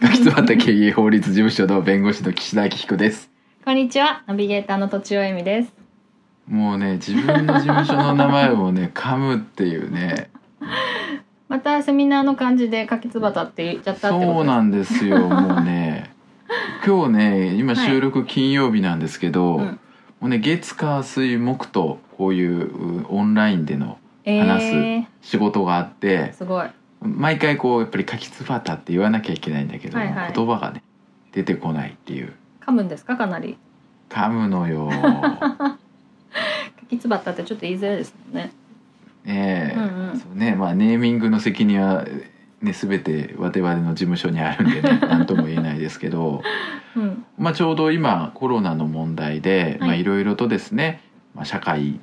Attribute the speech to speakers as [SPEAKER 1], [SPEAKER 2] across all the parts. [SPEAKER 1] 柿津畑経営法律事務所の弁護士の岸田明彦です。
[SPEAKER 2] こんにちはナビゲーターのとちおえみです
[SPEAKER 1] もうね、自分の事務所の名前をね、 噛むっていうね。
[SPEAKER 2] またセミナーの感じで柿つばたって言っちゃったってこと
[SPEAKER 1] そうなんですよ、もう ね。今日ね、今
[SPEAKER 2] はい
[SPEAKER 1] 収録金曜日なんですけど、
[SPEAKER 2] うん
[SPEAKER 1] もうね、月火水木とこういううオンラインでの
[SPEAKER 2] えー、
[SPEAKER 1] 仕事があって、
[SPEAKER 2] すごい
[SPEAKER 1] 毎回こうやっぱり柿津畑って言わなきゃいけないんだけど、
[SPEAKER 2] はいはい
[SPEAKER 1] 言葉がね、出てこないっていう。
[SPEAKER 2] 噛むんですかかなり
[SPEAKER 1] 噛むの よ。
[SPEAKER 2] 柿つばたってちょっと言いづらいですもんね
[SPEAKER 1] ええ
[SPEAKER 2] うんうん
[SPEAKER 1] そうねまあネーミングの責任はね全て我々の事務所にあるんで ね何とも言えないですけど、
[SPEAKER 2] うん
[SPEAKER 1] まあ、ちょうど今コロナの問題でま
[SPEAKER 2] は
[SPEAKER 1] あ
[SPEAKER 2] い
[SPEAKER 1] いろいろとですね、まあ、社会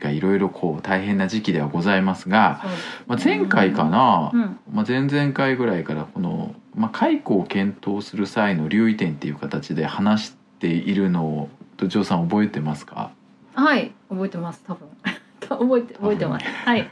[SPEAKER 1] がいろいろこう大変な時期ではございますが、
[SPEAKER 2] そう
[SPEAKER 1] まあ、前回かな、
[SPEAKER 2] うん
[SPEAKER 1] まあ、前々回ぐらいからこの、まあ、解雇を検討する際の留意点っていう形で話しているのを土壌さん覚えてますか
[SPEAKER 2] はい覚えてます多分 覚えて覚えてますはい
[SPEAKER 1] い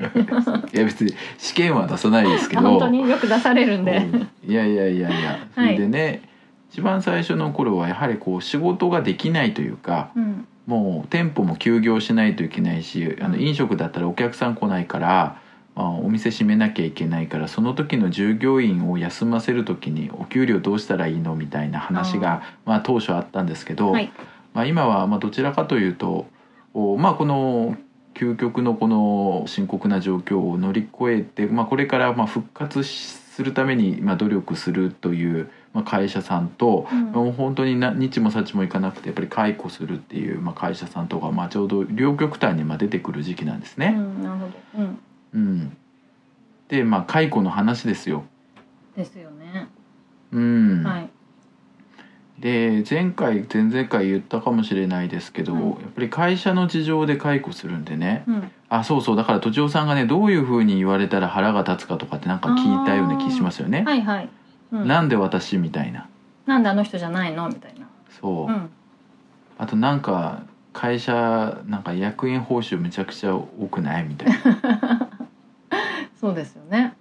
[SPEAKER 1] や別に試験は出さないですけ
[SPEAKER 2] あ
[SPEAKER 1] ど
[SPEAKER 2] 本当によく出されるんで
[SPEAKER 1] うんいやいやいやい やそれでね、一番最初の頃はやはりこう仕事ができないというか
[SPEAKER 2] うん
[SPEAKER 1] もう店舗も休業しないといけないしあの
[SPEAKER 2] うん
[SPEAKER 1] 飲食だったらお客さん来ないから、まあ、お店閉めなきゃいけないからその時の従業員を休ませる時にお給料どうしたらいいのみたいな話がまあ、当初あったんですけど、
[SPEAKER 2] はい
[SPEAKER 1] まあ、今はまあどちらかというとおまあこの究極のこの深刻な状況を乗り越えて、まあ、これからまあ復活しするためにまあ努力するというまあ会社さんと、
[SPEAKER 2] うん
[SPEAKER 1] もう本当にな日も幸もいかなくてやっぱり解雇するっていうまあ会社さんとかまあちょうど両極端にまあ出てくる時期なんです
[SPEAKER 2] う
[SPEAKER 1] ね。
[SPEAKER 2] んなるほどうん
[SPEAKER 1] うん、でまあ解雇の話ですよ。
[SPEAKER 2] ですよね
[SPEAKER 1] うん
[SPEAKER 2] はい
[SPEAKER 1] で前回前々回言ったかもしれないですけど、
[SPEAKER 2] うん
[SPEAKER 1] やっぱり会社の事情で解雇するんでね
[SPEAKER 2] うん
[SPEAKER 1] あそうそうだから土おさんがねどういうふうに言われたら腹が立つかとかってなんか聞いたような気しますよね。
[SPEAKER 2] はいはいうん
[SPEAKER 1] なんで私みたいな
[SPEAKER 2] なんであの人じゃないのみたいな
[SPEAKER 1] そう、
[SPEAKER 2] うん
[SPEAKER 1] あとなんか会社なんか役員報酬めちゃくちゃ多くないみたいな
[SPEAKER 2] そうですよね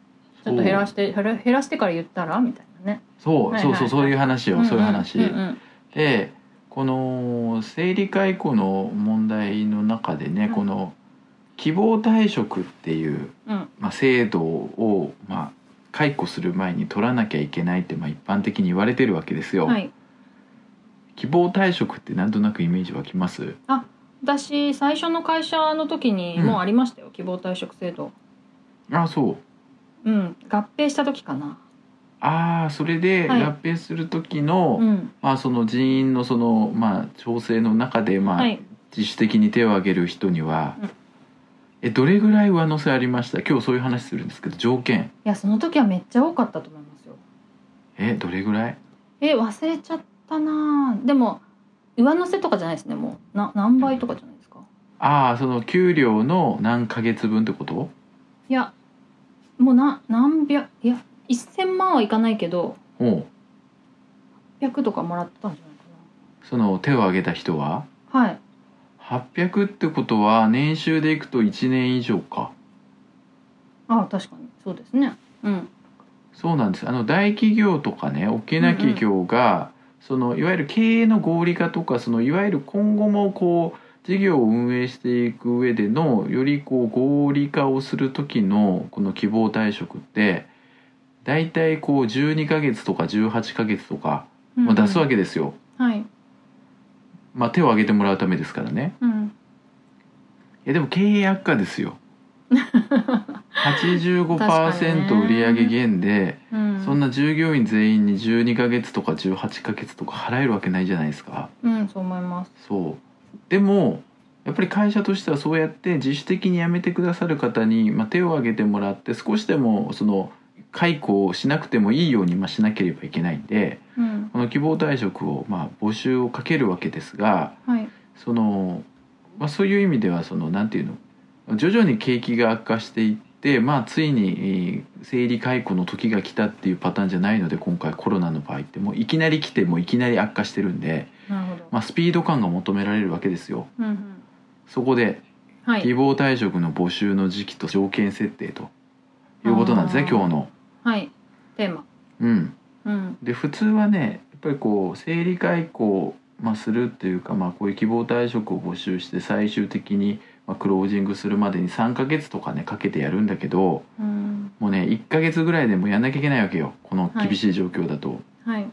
[SPEAKER 2] ちょっと減らして減ら減らしてから言ったらみたいなね
[SPEAKER 1] そう、
[SPEAKER 2] はいはい
[SPEAKER 1] そうそうそういう話よ、そういう話、
[SPEAKER 2] んうん
[SPEAKER 1] でこの生理解雇の問題の中でね、
[SPEAKER 2] うん
[SPEAKER 1] この希望退職っていう
[SPEAKER 2] うんうん
[SPEAKER 1] まあ、制度を、まあ、解雇する前に取らなきゃいけないって、まあ、一般的に言われてるわけですよ、
[SPEAKER 2] はい
[SPEAKER 1] 希望退職ってなんとなくイメージ湧きます
[SPEAKER 2] 私最初の会社の時に
[SPEAKER 1] うん
[SPEAKER 2] もうありましたよ、希望退職制度
[SPEAKER 1] あそう
[SPEAKER 2] うん合併した時かな
[SPEAKER 1] ああそれで
[SPEAKER 2] はい
[SPEAKER 1] 合併する時の、
[SPEAKER 2] うん
[SPEAKER 1] まあ、その人員のその、まあ、調整の中で、まあ
[SPEAKER 2] はい
[SPEAKER 1] 自主的に手を挙げる人には、
[SPEAKER 2] うん
[SPEAKER 1] えどれぐらい上乗せありました今日そういう話するんですけど条件
[SPEAKER 2] いやその時はめっちゃ多かったと思いますよ
[SPEAKER 1] えどれぐらい
[SPEAKER 2] え忘れちゃったなぁでも上乗せとかじゃないですねもうな何倍とかじゃないですか
[SPEAKER 1] ああその給料の何ヶ月分ってこと
[SPEAKER 2] いやもうな何百いや1,000万はいかないけど
[SPEAKER 1] おう
[SPEAKER 2] 100とかもらったんじゃな
[SPEAKER 1] その手を挙げた人はい
[SPEAKER 2] かなはい
[SPEAKER 1] 800ってことは年収でいくと1年以上か
[SPEAKER 2] ああ確かにそうですねうん
[SPEAKER 1] そうなんですあの大企業とかね大きな企業が、そのいわゆる経営の合理化とかそのいわゆる今後もこう事業を運営していく上でのよりこう合理化をする時のこの希望退職って大体こう12ヶ月とか18ヶ月とか、
[SPEAKER 2] うん
[SPEAKER 1] まあ、出すわ
[SPEAKER 2] け
[SPEAKER 1] けですよ、
[SPEAKER 2] はい
[SPEAKER 1] まあ、手を挙げてもらうためですからね
[SPEAKER 2] うん
[SPEAKER 1] いやでも経営悪化ですよ85%売上減で、
[SPEAKER 2] うん
[SPEAKER 1] そんな従業員全員に12ヶ月とか18ヶ月とか払えるわけないじゃないですか
[SPEAKER 2] うんそう思います
[SPEAKER 1] そうでもやっぱり会社としてはそうやって自主的に辞めてくださる方に、まあ、手を挙げてもらって少しでもその解雇をしなくてもいいように、まあ、しなければいけないんで
[SPEAKER 2] うん
[SPEAKER 1] この希望退職を、まあ、募集をかけるわけですが
[SPEAKER 2] はい
[SPEAKER 1] その、まあ、そういう意味ではそのなんていうの徐々に景気が悪化していって、まあ、ついに、えー生理解雇の時が来たっていうパターンじゃないので今回コロナの場合ってもういきなり来てもういきなり悪化してるんで、
[SPEAKER 2] なるほど、
[SPEAKER 1] まあ、スピード感が求められるわけですよ。
[SPEAKER 2] うんうん
[SPEAKER 1] そこで
[SPEAKER 2] は
[SPEAKER 1] 希
[SPEAKER 2] い
[SPEAKER 1] 望退職の募集の時期と条件設定ということなんですね
[SPEAKER 2] あー
[SPEAKER 1] 今日の。
[SPEAKER 2] はいテーマ
[SPEAKER 1] うん
[SPEAKER 2] うん
[SPEAKER 1] で普通はねやっぱりこう生理解雇、まあ、するっていうか、まあ、こういう希望退職を募集して最終的に、まあ、クロージングするまでに3ヶ月とかねかけてやるんだけど
[SPEAKER 2] うん
[SPEAKER 1] もうね1ヶ月ぐらいでもうやんなきゃいけないわけよこの
[SPEAKER 2] はい
[SPEAKER 1] 厳しい状況だと、
[SPEAKER 2] はい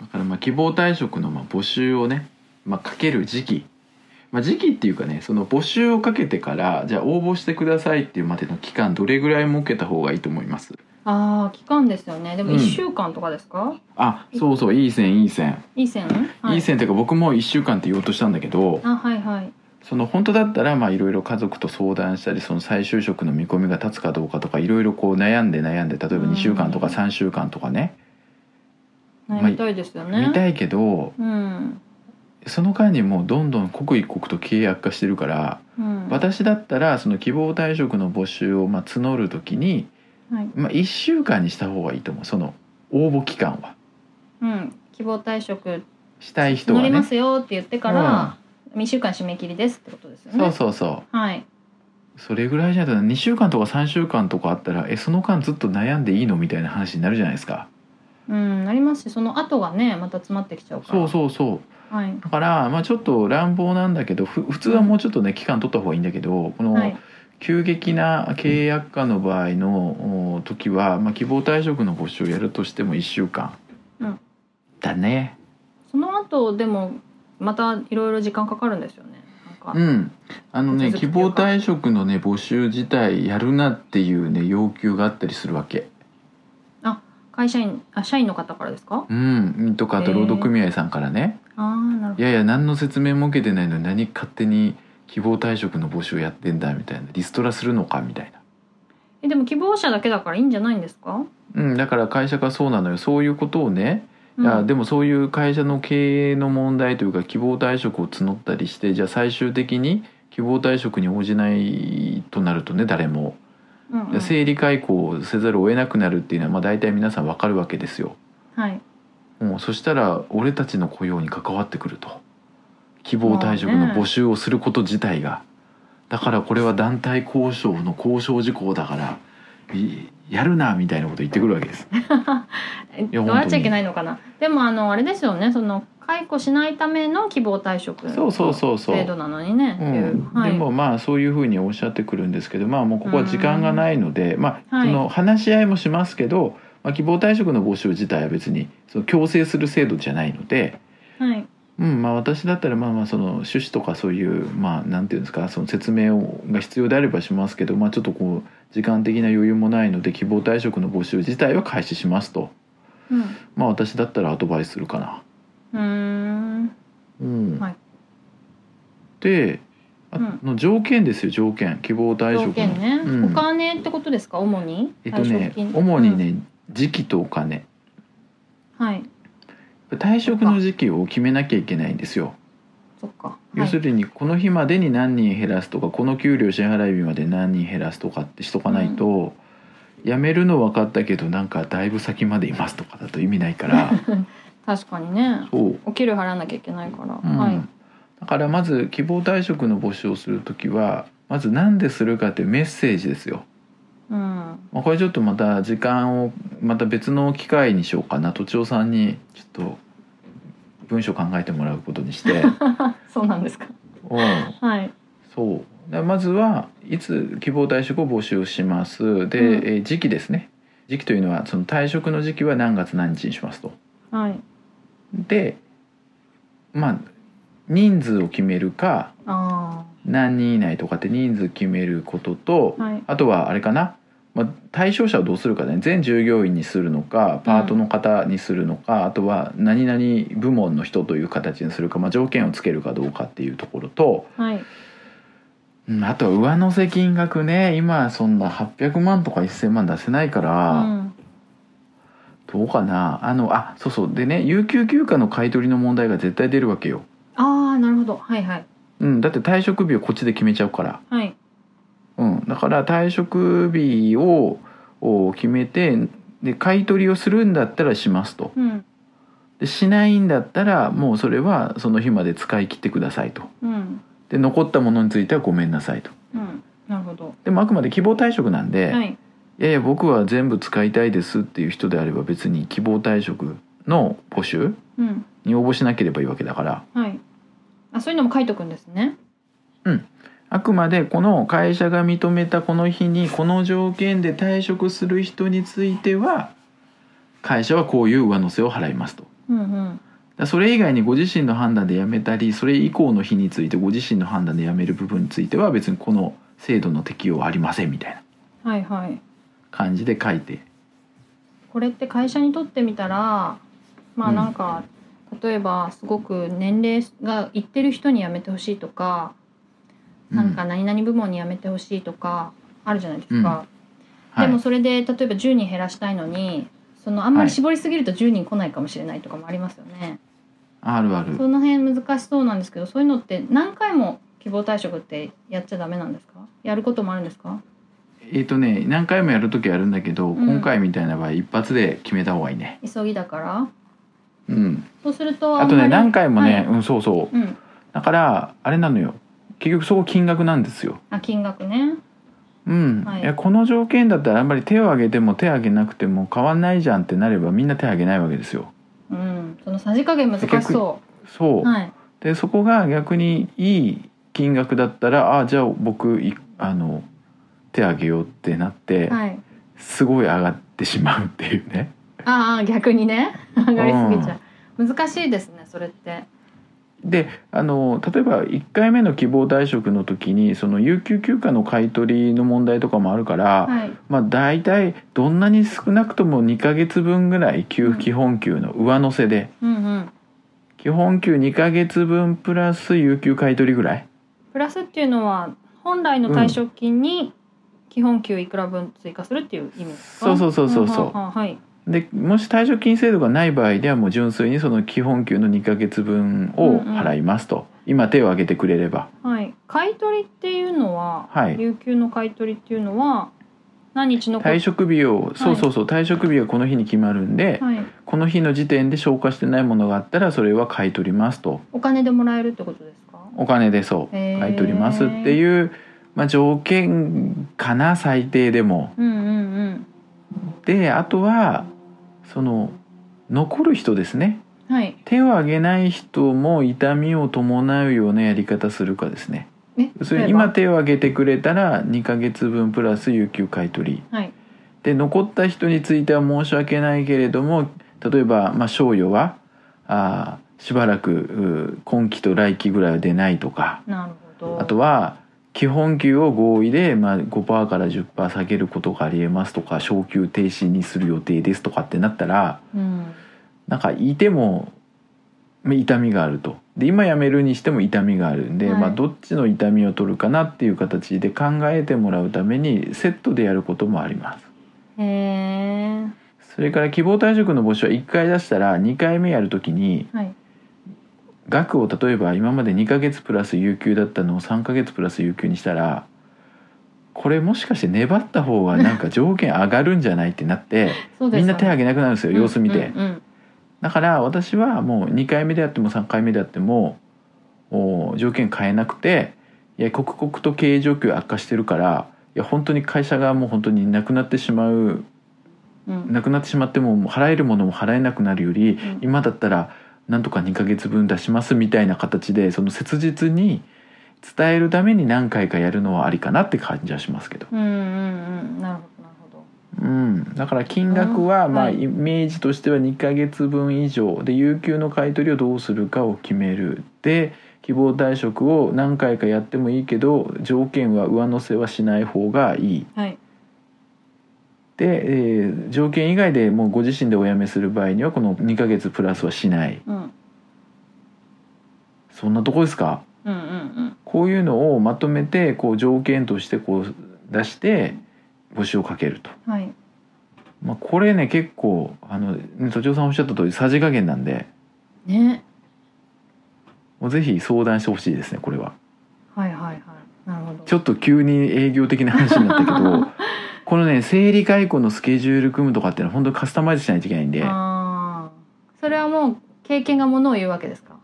[SPEAKER 1] だからまあ希望退職のまあ募集をね、まあ、かける時期、まあ、時期っていうかねその募集をかけてからじゃあ応募してくださいっていうまでの期間どれぐらい設けた方がいいと思います
[SPEAKER 2] ああ期間ですよねでも
[SPEAKER 1] うん
[SPEAKER 2] 一週間とかですか、
[SPEAKER 1] あそうそういい線いい線
[SPEAKER 2] いい線はい
[SPEAKER 1] いい線っていうか僕も1週間って言おうとしたんだけど
[SPEAKER 2] あはいはい
[SPEAKER 1] その本当だったらまあいろいろ家族と相談したりその再就職の見込みが立つかどうかとかいろいろこう悩んで悩んで例えば
[SPEAKER 2] うん
[SPEAKER 1] 2週間とか3週間とかね
[SPEAKER 2] 悩みたいですよね、
[SPEAKER 1] 見たいけど
[SPEAKER 2] うん
[SPEAKER 1] その間にもうどんどん刻一刻と契約化してるから
[SPEAKER 2] うん
[SPEAKER 1] 私だったらその希望退職の募集をまあ募る時に
[SPEAKER 2] はい
[SPEAKER 1] まあ1週間にした方がいいと思うその応募期間は
[SPEAKER 2] うん、希望退職
[SPEAKER 1] したい人
[SPEAKER 2] 乗
[SPEAKER 1] は
[SPEAKER 2] りま
[SPEAKER 1] ね
[SPEAKER 2] すよって言ってから、二週間締め切りですってことですよ
[SPEAKER 1] うん、そう
[SPEAKER 2] ね
[SPEAKER 1] そうそう
[SPEAKER 2] はい
[SPEAKER 1] それぐらいじゃないと2週間とか3週間とかあったらえその間ずっと悩んでいいのみたいな話になるじゃないですか
[SPEAKER 2] うんなりますしその後がねまた詰まってきちゃうから
[SPEAKER 1] そうそうそう
[SPEAKER 2] うはい
[SPEAKER 1] だから、まあ、ちょっと乱暴なんだけどふ普通はもうちょっとね期間取った方がいいんだけどこ
[SPEAKER 2] は
[SPEAKER 1] の
[SPEAKER 2] い
[SPEAKER 1] 急激な契約下の場合のお時は、まあ、希望退職の募集をやるとしても1週間、
[SPEAKER 2] うん
[SPEAKER 1] だね
[SPEAKER 2] その後でもまたいろいろ時間かかるんですよねなんか、
[SPEAKER 1] うんあのね
[SPEAKER 2] 手続き
[SPEAKER 1] 希
[SPEAKER 2] とい
[SPEAKER 1] 望
[SPEAKER 2] うか
[SPEAKER 1] 退職のね募集自体やるなっていうね要求があったりするわけ
[SPEAKER 2] 会社員あ社員の方からですか
[SPEAKER 1] うんとかあと労働組合さんからね、
[SPEAKER 2] ああなるほ
[SPEAKER 1] い
[SPEAKER 2] ど
[SPEAKER 1] やいや何の説明も受けてないのに何勝手に希望退職の募集やってんだみたいなリストラするのかみたいな、
[SPEAKER 2] えでも希望者だけだからいいんじゃないんですか
[SPEAKER 1] うん、だから会社がそうなのよそういうことをね、
[SPEAKER 2] うん
[SPEAKER 1] いやでもそういう会社の経営の問題というか希望退職を募ったりしてじゃあ最終的に希望退職に応じないとなるとね誰も、
[SPEAKER 2] うんうん
[SPEAKER 1] 生理解雇をせざるを得なくなるっていうのは、まあ、大体皆さんわかるわけですよ。
[SPEAKER 2] はい
[SPEAKER 1] もうそしたら俺たちの雇用に関わってくると希望退職の募集をすること自体が、だからこれは団体交渉の交渉事項だからいやるなみたいなこと言ってくるわけです。
[SPEAKER 2] え
[SPEAKER 1] や
[SPEAKER 2] 笑っ
[SPEAKER 1] 本
[SPEAKER 2] ちゃ
[SPEAKER 1] 当
[SPEAKER 2] い
[SPEAKER 1] に
[SPEAKER 2] けないのかなでもあのあれですよねその解雇しないための希望退職
[SPEAKER 1] そうそうそうそう
[SPEAKER 2] 制度なのにね、
[SPEAKER 1] う
[SPEAKER 2] ってい
[SPEAKER 1] ん
[SPEAKER 2] うはい、
[SPEAKER 1] でもまあそういうふうにおっしゃってくるんですけどまあもうここは時間がないので、まあ、
[SPEAKER 2] はい
[SPEAKER 1] その話し合いもしますけど、まあ、希望退職の募集自体は別にその強制する制度じゃないので、
[SPEAKER 2] はい
[SPEAKER 1] うんまあ、私だったらまあまあその趣旨とかそういうまあなんていうんですかその説明をが必要であればしますけど、まあ、ちょっとこう時間的な余裕もないので希望退職の募集自体は開始しますと、
[SPEAKER 2] うん
[SPEAKER 1] まあ、私だったらアドバイスするかな。
[SPEAKER 2] うーん
[SPEAKER 1] うん
[SPEAKER 2] はい
[SPEAKER 1] であ
[SPEAKER 2] うん
[SPEAKER 1] の条件ですよ条件希望退職
[SPEAKER 2] 条
[SPEAKER 1] の。
[SPEAKER 2] 件ね、
[SPEAKER 1] うん
[SPEAKER 2] お金ってことですか主に
[SPEAKER 1] えっと
[SPEAKER 2] 退
[SPEAKER 1] ね
[SPEAKER 2] 職金
[SPEAKER 1] 主にね、時期とお金
[SPEAKER 2] うんはい
[SPEAKER 1] 退職の時期を決めなきゃいけないんですよ。
[SPEAKER 2] そっか
[SPEAKER 1] 要す
[SPEAKER 2] はい
[SPEAKER 1] るにこの日までに何人減らすとかこの給料支払い日まで何人減らすとかってしとかないと、辞めるの分かったけどなんかだいぶ先までいますとかだと意味ないから
[SPEAKER 2] 確かにね
[SPEAKER 1] そう、
[SPEAKER 2] お給料払わなきゃいけないから、
[SPEAKER 1] うん
[SPEAKER 2] はい
[SPEAKER 1] だからまず希望退職の募集をする時はまず何でするかっていうメッセージですよ。
[SPEAKER 2] うん
[SPEAKER 1] まあこれちょっとまた時間をまた別の機会にしようかなとちおさんにちょっと文章考えてもらうことに して。
[SPEAKER 2] そうなんですか
[SPEAKER 1] うん
[SPEAKER 2] はい
[SPEAKER 1] そうでまずはいつ希望退職を募集しますで、
[SPEAKER 2] うん
[SPEAKER 1] えー時期ですね時期というのはその退職の時期は何月何日にしますと
[SPEAKER 2] はい
[SPEAKER 1] でまあ人数を決めるか
[SPEAKER 2] あ
[SPEAKER 1] 何人以内とかって人数決めることと、
[SPEAKER 2] あはい
[SPEAKER 1] あとはあれかな、まあ、対象者をどうするかね全従業員にするのかパートの方にするのか、あとは何々部門の人という形にするか、まあ、条件をつけるかどうかっていうところと、
[SPEAKER 2] はい
[SPEAKER 1] うんあとは上乗せ金額ね今そんな800万とか1000万出せないか
[SPEAKER 2] う
[SPEAKER 1] ら、
[SPEAKER 2] ん
[SPEAKER 1] どうかなあのあそうそうでね有給休暇の買い取りの問題が絶対出るわけよ、
[SPEAKER 2] ああなるほどはいはい
[SPEAKER 1] うん、だって退職日をこっちで決めちゃうから、
[SPEAKER 2] はい
[SPEAKER 1] うん、だから退職日をを決めてで買い取りをするんだったらしますと
[SPEAKER 2] うん
[SPEAKER 1] でしないんだったらもうそれはその日まで使い切ってくださいと
[SPEAKER 2] うん
[SPEAKER 1] で残ったものについてはごめんなさいと
[SPEAKER 2] うんなるほど
[SPEAKER 1] でもあくまで希望退職なんで、
[SPEAKER 2] はい
[SPEAKER 1] いやいや僕は全部使いたいですっていう人であれば別に希望退職の募集
[SPEAKER 2] うん
[SPEAKER 1] に応募しなければいいわけだから
[SPEAKER 2] はいあそういうのも書いとくんですね
[SPEAKER 1] あくまでこの会社が認めたこの日にこの条件で退職する人については会社はこういう上乗せを払いますと。だか
[SPEAKER 2] うんうん
[SPEAKER 1] らそれ以外にご自身の判断で辞めたりそれ以降の日についてご自身の判断で辞める部分については別にこの制度の適用はありませんみたいな
[SPEAKER 2] はいはい
[SPEAKER 1] 感じで書いて
[SPEAKER 2] これって会社にとってみたらまあ
[SPEAKER 1] うん
[SPEAKER 2] なんか、例えばすごく年齢がいってる人に辞めてほしいとか、なんか何々部門に辞めてほしいとかあるじゃないですか、
[SPEAKER 1] はい
[SPEAKER 2] でもそれで例えば10人減らしたいのにそのあんまり絞りすぎると10人来ないかもしれないとかもありますよね、
[SPEAKER 1] あるある
[SPEAKER 2] その辺難しそうなんですけどそういうのって何回も希望退職ってやっちゃダメなんですかやることもあるんですか
[SPEAKER 1] えっ、とね何回もやる時やるんだけど、
[SPEAKER 2] うん
[SPEAKER 1] 今回みたいな場合一発で決めた方がいいね
[SPEAKER 2] 急ぎだから
[SPEAKER 1] うん
[SPEAKER 2] そうすると
[SPEAKER 1] あとね
[SPEAKER 2] んまり
[SPEAKER 1] 何回もね、
[SPEAKER 2] はい
[SPEAKER 1] うんそうそう
[SPEAKER 2] うん
[SPEAKER 1] だからあれなのよ結局そこ金額なんですよ
[SPEAKER 2] あ金額ね
[SPEAKER 1] うん、
[SPEAKER 2] はい
[SPEAKER 1] い、やこの条件だったらあんまり手を挙げても手を挙げなくても変わんないじゃんってなればみんな手を挙げないわけですよ
[SPEAKER 2] うんそのさじ加減難しそ
[SPEAKER 1] そうう、
[SPEAKER 2] はい
[SPEAKER 1] でそこが逆にいい金額だったらあじゃあ僕いあの手を挙げようってなって、
[SPEAKER 2] はい
[SPEAKER 1] すごい上がってしまうっていうね
[SPEAKER 2] ああ逆にね 上がりすぎちゃう、難しいですねそれって
[SPEAKER 1] であの例えば1回目の希望退職の時にその有給休暇の買い取りの問題とかもあるから、
[SPEAKER 2] はい
[SPEAKER 1] まあ大体どんなに少なくとも2ヶ月分ぐらい給
[SPEAKER 2] うん
[SPEAKER 1] 基本給の上乗せで、
[SPEAKER 2] うんうん
[SPEAKER 1] 基本給2ヶ月分プラス有給買い取りぐらい
[SPEAKER 2] プラスっていうのは本来の退職金に基本給いくら分追加するっていう意味ですか、
[SPEAKER 1] そうそうそうそうそう
[SPEAKER 2] はははい
[SPEAKER 1] でもし退職金制度がない場合ではもう純粋にその基本給の2ヶ月分を払いますと、今手を挙げてくれれば
[SPEAKER 2] はい買い取りっていうのは、
[SPEAKER 1] はい
[SPEAKER 2] 有給の買い取りっていうのは何日の
[SPEAKER 1] 退職日をそうそうそう退職日がこの日に決まるんで、
[SPEAKER 2] はい
[SPEAKER 1] この日の時点で消化してないものがあったらそれは買い取りますと
[SPEAKER 2] お金でもらえるってことですか
[SPEAKER 1] お金でそう
[SPEAKER 2] へー
[SPEAKER 1] 買い取りますっていう、まあ、条件かな最低でも。
[SPEAKER 2] うんうんうん
[SPEAKER 1] であとはその残る人ですね
[SPEAKER 2] はい
[SPEAKER 1] 手を挙げない人も痛みを伴うようなやり方するかですね。
[SPEAKER 2] ね
[SPEAKER 1] それ今手を挙げてくれたら2ヶ月分プラス有給買い取り
[SPEAKER 2] はい
[SPEAKER 1] で残った人については申し訳ないけれども例えば、まあ、賞与はあーしばらくう今期と来期ぐらいは出ないとか
[SPEAKER 2] なるほど
[SPEAKER 1] あとは基本給を合意で、まあ、5%から10%下げることがありえますとか昇給停止にする予定ですとかってなったら
[SPEAKER 2] うん
[SPEAKER 1] なんかいてもまあ痛みがあるとで今辞めるにしても痛みがあるんで、
[SPEAKER 2] はい
[SPEAKER 1] まあ、どっちの痛みを取るかなっていう形で考えてもらうためにセットでやることもあります。
[SPEAKER 2] へえ
[SPEAKER 1] それから希望退職の募集は1回出したら2回目やるときに
[SPEAKER 2] はい
[SPEAKER 1] 額を例えば今まで2ヶ月プラス有給だったのを3ヶ月プラス有給にしたらこれもしかして粘った方がなんか条件上がるんじゃないってなって
[SPEAKER 2] そうです
[SPEAKER 1] みんな手挙
[SPEAKER 2] げ
[SPEAKER 1] げなくなるんですよ様子見て、
[SPEAKER 2] うんうん
[SPEAKER 1] だから私はもう2回目であっても3回目であってもお条件変えなくていや刻々と経営状況悪化してるからいや本当に会社がもう本当になくなってしまう
[SPEAKER 2] うんうん
[SPEAKER 1] なくなってしまってももう払えるものも払えなくなるより、
[SPEAKER 2] ん
[SPEAKER 1] 今だったらなんとか2ヶ月分出しますみたいな形でその切実に伝えるために何回かやるのはありかなって感じはしますけど、
[SPEAKER 2] うんうんうんなるほどなるほど
[SPEAKER 1] うん、だから金額は
[SPEAKER 2] うん
[SPEAKER 1] まあ
[SPEAKER 2] はい
[SPEAKER 1] イメージとしては2ヶ月分以上で有給の買い取りをどうするかを決めるで希望退職を何回かやってもいいけど条件は上乗せはしない方がいい
[SPEAKER 2] はい
[SPEAKER 1] で、えー条件以外でもうご自身でお辞めする場合にはこの2ヶ月プラスはしない
[SPEAKER 2] うん
[SPEAKER 1] そんなとこですか
[SPEAKER 2] うんうんうん
[SPEAKER 1] こういうのをまとめてこう条件としてこう出して募集をかけると、
[SPEAKER 2] はい
[SPEAKER 1] まあ、これね結構あのね土地さんおっしゃった通りさじ加減なんで
[SPEAKER 2] ね
[SPEAKER 1] もうぜひ相談してほしいですねこれは
[SPEAKER 2] はいはいはいなるほど
[SPEAKER 1] ちょっと急に営業的な話になったけどこのね生理解雇のスケジュール組むとかっていうのは本当にカスタマイズしないといけないんで
[SPEAKER 2] あーそれはもう経験がものを言うわけですか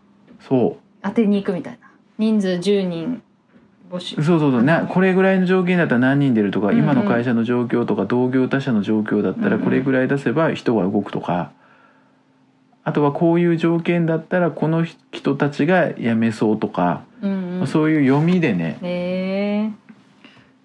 [SPEAKER 1] そう
[SPEAKER 2] 当てに行くみたいな人数10人募集
[SPEAKER 1] そうそうそうなこれぐらいの条件だったら何人出るとか、
[SPEAKER 2] うんうん
[SPEAKER 1] 今の会社の状況とか同業他社の状況だった
[SPEAKER 2] うんう
[SPEAKER 1] ら
[SPEAKER 2] ん
[SPEAKER 1] これぐらい出せば人は動くとか、あとはこういう条件だったらこの人たちが辞めそうとか、
[SPEAKER 2] うんうん
[SPEAKER 1] そういう読みでね
[SPEAKER 2] へ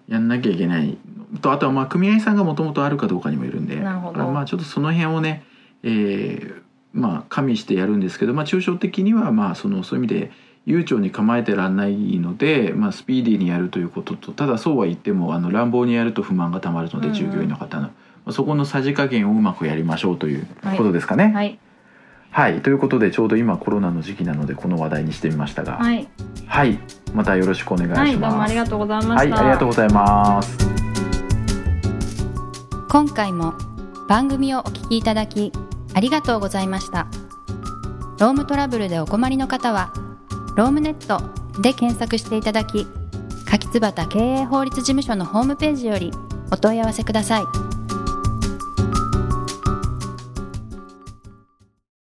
[SPEAKER 1] やんなきゃいけないとあとはまあ組合さんがもともとあるかどうかにもよるんで
[SPEAKER 2] なるほど
[SPEAKER 1] だからまあちょっとその辺をね、えーまあ加味してやるんですけど、まあ、抽象的にはまあそのそういう意味で悠長に構えてらんないので、まあ、スピーディーにやるということとただそうは言ってもあの乱暴にやると不満がたまるので、
[SPEAKER 2] うんうん
[SPEAKER 1] 従業員の方の、まあそこのさじ加減をうまくやりましょうという
[SPEAKER 2] はい
[SPEAKER 1] ことですか
[SPEAKER 2] え
[SPEAKER 1] ね。はい
[SPEAKER 2] はい
[SPEAKER 1] ということでちょうど今コロナの時期なのでこの話題にしてみましたが、はい
[SPEAKER 2] はい、
[SPEAKER 1] またよろしくお願いします。
[SPEAKER 2] はい、どうもありがとうございま
[SPEAKER 1] は
[SPEAKER 2] し
[SPEAKER 1] い
[SPEAKER 2] た、
[SPEAKER 1] ありがとうございます。
[SPEAKER 2] 今回も番組をお聞きいただきありがとうございましたロームトラブルでお困りの方はロームネットで検索していただき柿椿経営法律事務所のホームページよりお問い合わせください